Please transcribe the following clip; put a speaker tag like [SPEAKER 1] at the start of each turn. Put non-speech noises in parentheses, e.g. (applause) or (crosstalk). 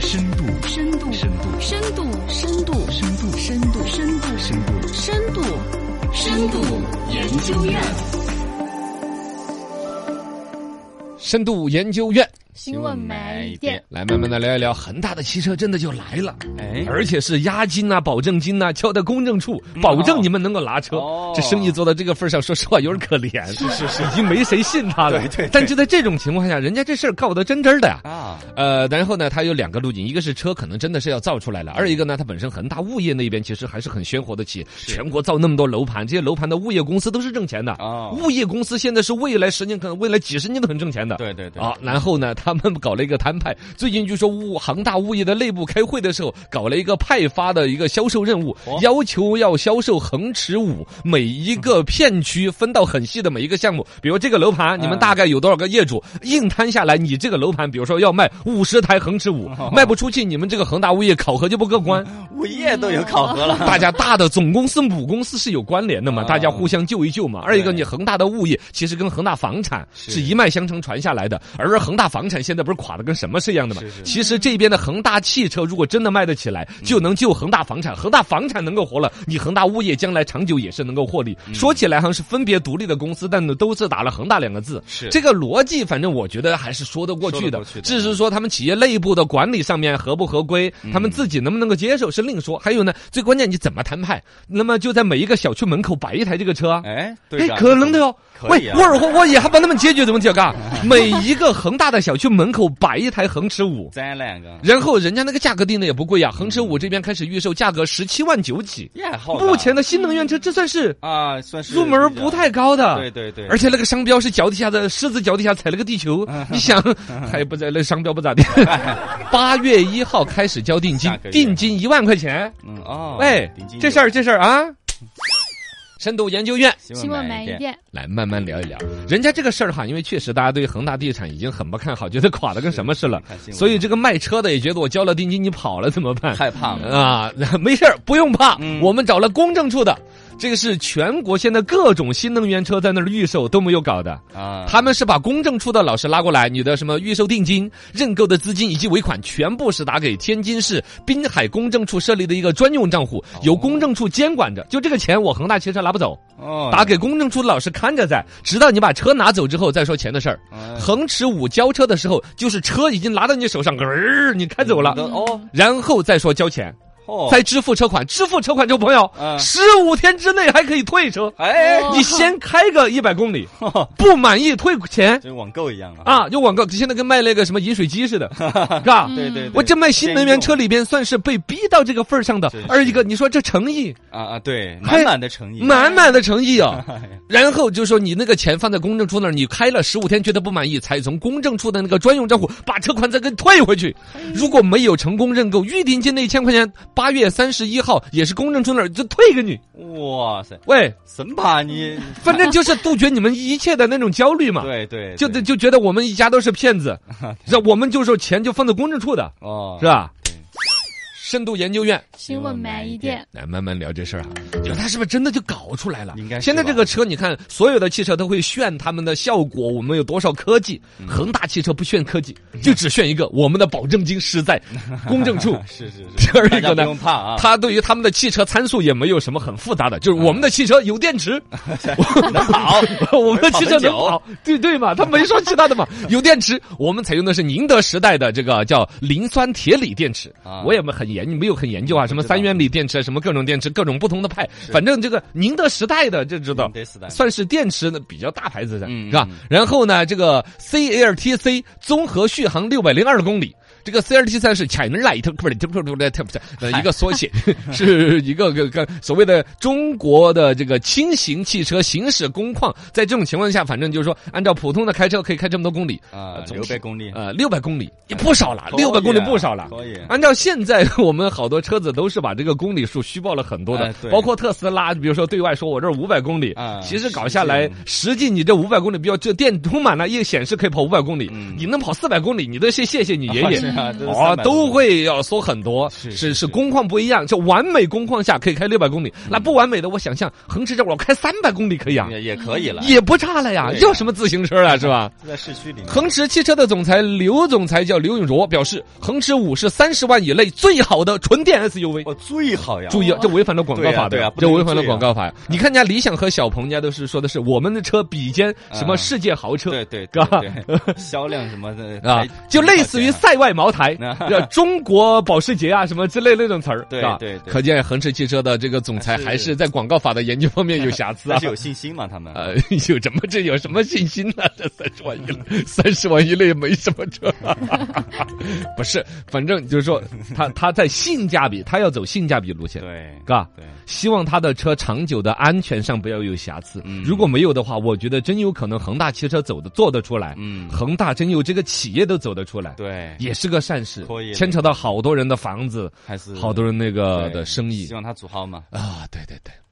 [SPEAKER 1] 深度，
[SPEAKER 2] 深度，
[SPEAKER 1] 深度，
[SPEAKER 2] 深度，深度，
[SPEAKER 1] 深度，
[SPEAKER 2] 深度，深度，
[SPEAKER 1] 深度，
[SPEAKER 2] 深度，深度研究院。
[SPEAKER 3] 深度研究院，
[SPEAKER 4] 新闻买一点，
[SPEAKER 3] 来慢慢的聊一聊，恒大的汽车真的就来了，
[SPEAKER 1] 哎，嗯
[SPEAKER 3] 而且是押金呐、保证金呐、交到公证处，保证你们能够拿车。
[SPEAKER 1] 哦
[SPEAKER 3] 这生意做到这个份儿上，说实话有点可怜，是是是，已经没谁信他了。
[SPEAKER 1] 对对对
[SPEAKER 3] 但就在这种情况下，人家这事儿告得真真儿的呀。
[SPEAKER 1] 啊，
[SPEAKER 3] 呃，然后呢，它有两个路径，一个是车可能真的是要造出来了，
[SPEAKER 1] 嗯
[SPEAKER 3] 二一个呢，它本身恒大物业那边其实还是很鲜活的企业，全国造那么多楼盘，这些楼盘的物业公司都是挣钱的。
[SPEAKER 1] 哦
[SPEAKER 3] 物业公司现在是未来十年可能未来几十年都很挣钱的。
[SPEAKER 1] 对对对
[SPEAKER 3] 啊，然后呢， (laughs) 他们搞了一个摊派，最近据说物恒大物业的内部开会的时候，搞了一个派发的一个销售任务，
[SPEAKER 1] 哦
[SPEAKER 3] 要求要销售恒驰五每一个片区分到很细的每一个项目，比如这个楼盘，你
[SPEAKER 1] 嗯
[SPEAKER 3] 们大概有多少个业主，
[SPEAKER 1] 哦
[SPEAKER 3] 硬摊下来，你这个楼盘，比如说要卖五十台恒驰五，
[SPEAKER 1] 哦
[SPEAKER 3] 卖不出去，你们这个恒大物业考核就不客观。
[SPEAKER 1] 物业都有考核了，
[SPEAKER 3] (laughs) 大家大的总公司母公司是有关联的嘛，
[SPEAKER 1] 啊
[SPEAKER 3] 大家互相救一救嘛。二一个，
[SPEAKER 1] 对
[SPEAKER 3] 你恒大的物业其实跟恒大房产
[SPEAKER 1] 是
[SPEAKER 3] 是一脉相承传下来的，而恒大房产现在不是垮的跟什么是一样的嘛
[SPEAKER 1] 是是？嗯
[SPEAKER 3] 其实这边的恒大汽车如果真的卖得起来，就能救恒大房产，恒大房产能够活了，你恒大物业将来长久也是能够获利。
[SPEAKER 1] 嗯
[SPEAKER 3] 说起来好像是分别独立的公司，但都是打了恒大两个字。
[SPEAKER 1] 是
[SPEAKER 3] 这个逻辑，反正我觉得还是说得过去
[SPEAKER 1] 说得
[SPEAKER 3] 的
[SPEAKER 1] 过去的。
[SPEAKER 3] 只是说他们企业内部的管理上面合不合规，
[SPEAKER 1] 嗯
[SPEAKER 3] 他们自己能不能够接受是另说。还有呢，最关键你怎么摊派？那么就在每一个小区门口摆一台这个车啊。
[SPEAKER 1] (laughs) 哎，对
[SPEAKER 3] 哎
[SPEAKER 1] 呀，，
[SPEAKER 3] 可能的哟。
[SPEAKER 1] 可
[SPEAKER 3] 喂
[SPEAKER 1] 以，啊
[SPEAKER 3] 沃尔沃沃也还帮他们解决的问题啊，嘎。每一个恒大的小区门口摆一台恒驰五，
[SPEAKER 1] 咱两个
[SPEAKER 3] 然后人家那个价格定的也不贵呀、恒驰五这边开始预售，价格十七万九起。
[SPEAKER 1] 也嗯好的，
[SPEAKER 3] 目前的新能源车，这算是
[SPEAKER 1] 啊，算是
[SPEAKER 3] 入门不太高的。
[SPEAKER 1] 对对嗯对，
[SPEAKER 3] 而且那个商标是脚底下的狮子脚底下踩了个地球，你想还不在那商标不咋地。
[SPEAKER 1] (laughs)
[SPEAKER 3] 八月一号开始交定金
[SPEAKER 1] 下个，月
[SPEAKER 3] 定金一万块钱。
[SPEAKER 1] 嗯哦，
[SPEAKER 3] 喂
[SPEAKER 1] 顶级，
[SPEAKER 3] 这事儿这事儿啊，深度研究院
[SPEAKER 4] 新闻买一
[SPEAKER 1] 点。
[SPEAKER 4] 点，
[SPEAKER 3] 来慢慢聊一聊。人家这个事儿哈，因为确实大家对恒大地产已经很不看好，觉得垮的跟什么似的
[SPEAKER 1] 是看新，闻
[SPEAKER 3] 所以这个卖车的也觉得我交了定金你跑了怎么办？
[SPEAKER 1] 害怕了
[SPEAKER 3] 啊， (laughs) 没事儿，不用怕，
[SPEAKER 1] 嗯
[SPEAKER 3] 我们找了公证处的。这个是全国现在各种新能源车在那儿预售都没有搞的，
[SPEAKER 1] 啊，
[SPEAKER 3] 嗯他们是把公证处的老师拉过来，你的什么预售定金、认购的资金以及尾款全部是打给天津市滨海公证处设立的一个专用账户，由公证处监管着。就这个钱，我恒大汽车拿不走，
[SPEAKER 1] 哦
[SPEAKER 3] 打给公证处的老师看着在，直到你把车拿走之后再说钱的事儿。
[SPEAKER 1] 哎
[SPEAKER 3] 恒驰五交车的时候，就是车已经拿到你手上，儿你开走了
[SPEAKER 1] 你，都哦
[SPEAKER 3] 然后再说交钱，
[SPEAKER 1] 哦，
[SPEAKER 3] 再支付车款。支付车款之后，朋友
[SPEAKER 1] 嗯，
[SPEAKER 3] 十五天之内还可以退车。
[SPEAKER 1] 哎，
[SPEAKER 4] 哦
[SPEAKER 3] 你先开个一百公里，
[SPEAKER 1] 呵 (laughs) 呵
[SPEAKER 3] 不满意退钱。
[SPEAKER 1] 这网购一样了，
[SPEAKER 3] 哦啊，有广告，现在跟卖那个什么饮水机
[SPEAKER 1] (laughs)
[SPEAKER 3] 似的，是吧？
[SPEAKER 1] 对对，对
[SPEAKER 3] 我这卖新能源车里边算是被逼到这个份儿上的
[SPEAKER 1] 是。
[SPEAKER 3] 二一个，你说这诚意，
[SPEAKER 1] 啊啊，对，
[SPEAKER 3] 还
[SPEAKER 1] 满满的诚意，
[SPEAKER 3] 满满的诚意
[SPEAKER 1] (laughs)
[SPEAKER 3] 啊！
[SPEAKER 1] 哎呀
[SPEAKER 3] 然后就说你那个钱放在公证处那儿，你开了十五天觉得不满意，才从公证处的那个专用账户把车款再给退回去。如果没有成功认购，预定金那一千块钱，八月三十一号也是公证处那儿就退给你。
[SPEAKER 1] (laughs) 哇塞，
[SPEAKER 3] 喂，
[SPEAKER 1] 神怕你，
[SPEAKER 3] 反正就是杜绝你们一切的那种焦虑
[SPEAKER 1] (laughs)
[SPEAKER 3] 嘛。
[SPEAKER 1] 对对，
[SPEAKER 3] 就
[SPEAKER 1] 对
[SPEAKER 3] 就觉得我们一家都是
[SPEAKER 1] (laughs)
[SPEAKER 3] 骗子，这我们就说钱就放在公证处的，
[SPEAKER 1] 哦，
[SPEAKER 3] 是吧
[SPEAKER 1] 对？
[SPEAKER 3] 啊深度研究院
[SPEAKER 4] 新闻买一点，
[SPEAKER 3] 来慢慢聊这事儿啊，你说他是不是真的就搞出来了？
[SPEAKER 1] 应该是
[SPEAKER 3] 现在
[SPEAKER 1] 吧。
[SPEAKER 3] 这个车，你看所有的汽车都会炫他们的效果，我们有多少科技？恒大汽车不炫科技，就只炫一个，我们的保证金是在公证处
[SPEAKER 1] 是是是，
[SPEAKER 3] 第二
[SPEAKER 1] 大
[SPEAKER 3] 一
[SPEAKER 1] 家
[SPEAKER 3] 个
[SPEAKER 1] 不
[SPEAKER 3] 呢
[SPEAKER 1] 用，怕啊，嗯
[SPEAKER 3] 他对于他们的汽车参数也没有什么很复杂的，就是我们的汽车有电
[SPEAKER 1] (laughs)
[SPEAKER 3] 池，能跑， (laughs) 我们的汽车能跑，对对嘛，他没说其他
[SPEAKER 1] (laughs)
[SPEAKER 3] 的嘛，有电池，我们采用的是宁德时代的这个叫磷酸铁锂电池
[SPEAKER 1] 啊，
[SPEAKER 3] 我也没很研，没有很研究啊，什么三元锂电池，什么各种电池，各种不同的派，反正这个宁德时代的就知道
[SPEAKER 1] 宁德时代，
[SPEAKER 3] 算是电池的比较大牌子的，
[SPEAKER 1] 嗯
[SPEAKER 3] 是吧
[SPEAKER 1] 嗯？
[SPEAKER 3] 然后呢，这个 CLTC 综合续航六百零二公里。这个 CLT 三是 China Light，不是不是不是不是呃一个缩写，是一个个个所谓的中国的这个轻型汽车行驶工况，在这种情况下，反正就是说，按照普通的开车可以开这么多公里，
[SPEAKER 1] 啊，
[SPEAKER 3] 总
[SPEAKER 1] 六
[SPEAKER 3] 体
[SPEAKER 1] 百公里，
[SPEAKER 3] 呃，六百公里也不少了，
[SPEAKER 1] 可以啊
[SPEAKER 3] 六百公里不少了。
[SPEAKER 1] 可以
[SPEAKER 3] 按照现在我们好多车子都是把这个公里数虚报了很多的
[SPEAKER 1] 哎，对
[SPEAKER 3] 包括特斯拉，比如说对外说我这五百公里
[SPEAKER 1] 啊，
[SPEAKER 3] 其实搞
[SPEAKER 1] 实际
[SPEAKER 3] 下来，实际你这五百公里，比如这电充满了，一显示可以跑五百公里
[SPEAKER 1] 嗯，
[SPEAKER 3] 你能跑四百公里，你都是谢谢你爷
[SPEAKER 1] 啊 (laughs)
[SPEAKER 3] 爷
[SPEAKER 1] 是。啊，这是
[SPEAKER 3] 哦
[SPEAKER 1] 300，
[SPEAKER 3] 都
[SPEAKER 1] 多
[SPEAKER 3] 会要缩很多，
[SPEAKER 1] 是
[SPEAKER 3] 是
[SPEAKER 1] 是嗯
[SPEAKER 3] 是工况不一样，就完美工况下可以开六百公里，那不完美的我想象横直着我开三百公里可以啊，
[SPEAKER 1] 也也可以了。
[SPEAKER 3] 也不差了呀，
[SPEAKER 1] 嗯对呀
[SPEAKER 3] 要什么自行车啊，是吧？
[SPEAKER 1] 在市区里面，
[SPEAKER 3] 恒驰汽车的总裁刘总裁叫刘永卓，表示恒驰五是三十万以内最好的纯电 SUV。
[SPEAKER 1] 我最好呀。
[SPEAKER 3] 注意啊，这违反了广告法的
[SPEAKER 1] 哦对
[SPEAKER 3] 呀
[SPEAKER 1] 呀对呀，不
[SPEAKER 3] 这
[SPEAKER 1] 能
[SPEAKER 3] 违反了
[SPEAKER 1] 这样
[SPEAKER 3] 广告法呀。你看人家理想和小鹏，人家都是说的是我们的车比肩什么
[SPEAKER 1] 啊
[SPEAKER 3] 世界豪车，
[SPEAKER 1] 对哎对
[SPEAKER 3] 嘎
[SPEAKER 1] 对对，销量什么的
[SPEAKER 3] (laughs) 啊
[SPEAKER 1] 还，
[SPEAKER 3] 就类似于塞外茅
[SPEAKER 1] (laughs)
[SPEAKER 3] 台
[SPEAKER 1] 啊、
[SPEAKER 3] 呃中国保时捷啊什么之类那种词儿，
[SPEAKER 1] 对
[SPEAKER 3] 是吧
[SPEAKER 1] 对对
[SPEAKER 3] 可见恒驰汽车的这个总裁
[SPEAKER 1] 还是
[SPEAKER 3] 还是在广告法的研究方面有瑕疵啊
[SPEAKER 1] 但是。有信心嘛，他们
[SPEAKER 3] 呃，有什么这有什么信心呢、这三十万以内，三十万以内没什么车， (laughs) 不是，反正就是说他他在性价比，他要走性价比路线，
[SPEAKER 1] 对
[SPEAKER 3] 嘎。
[SPEAKER 1] 对，
[SPEAKER 3] 希望他的车长久的安全上不要有瑕疵。
[SPEAKER 1] 嗯
[SPEAKER 3] 如果没有的话，我觉得真有可能恒大汽车走的做得出来，
[SPEAKER 1] 嗯
[SPEAKER 3] 恒大真有这个企业都走得出来，
[SPEAKER 1] 对，
[SPEAKER 3] 也是个善事
[SPEAKER 1] 可以，的
[SPEAKER 3] 牵扯到好多人的房子，
[SPEAKER 1] 还是
[SPEAKER 3] 好多人那个
[SPEAKER 1] 对
[SPEAKER 3] 的生意
[SPEAKER 1] 希望他组好嘛。
[SPEAKER 3] 啊，对对对。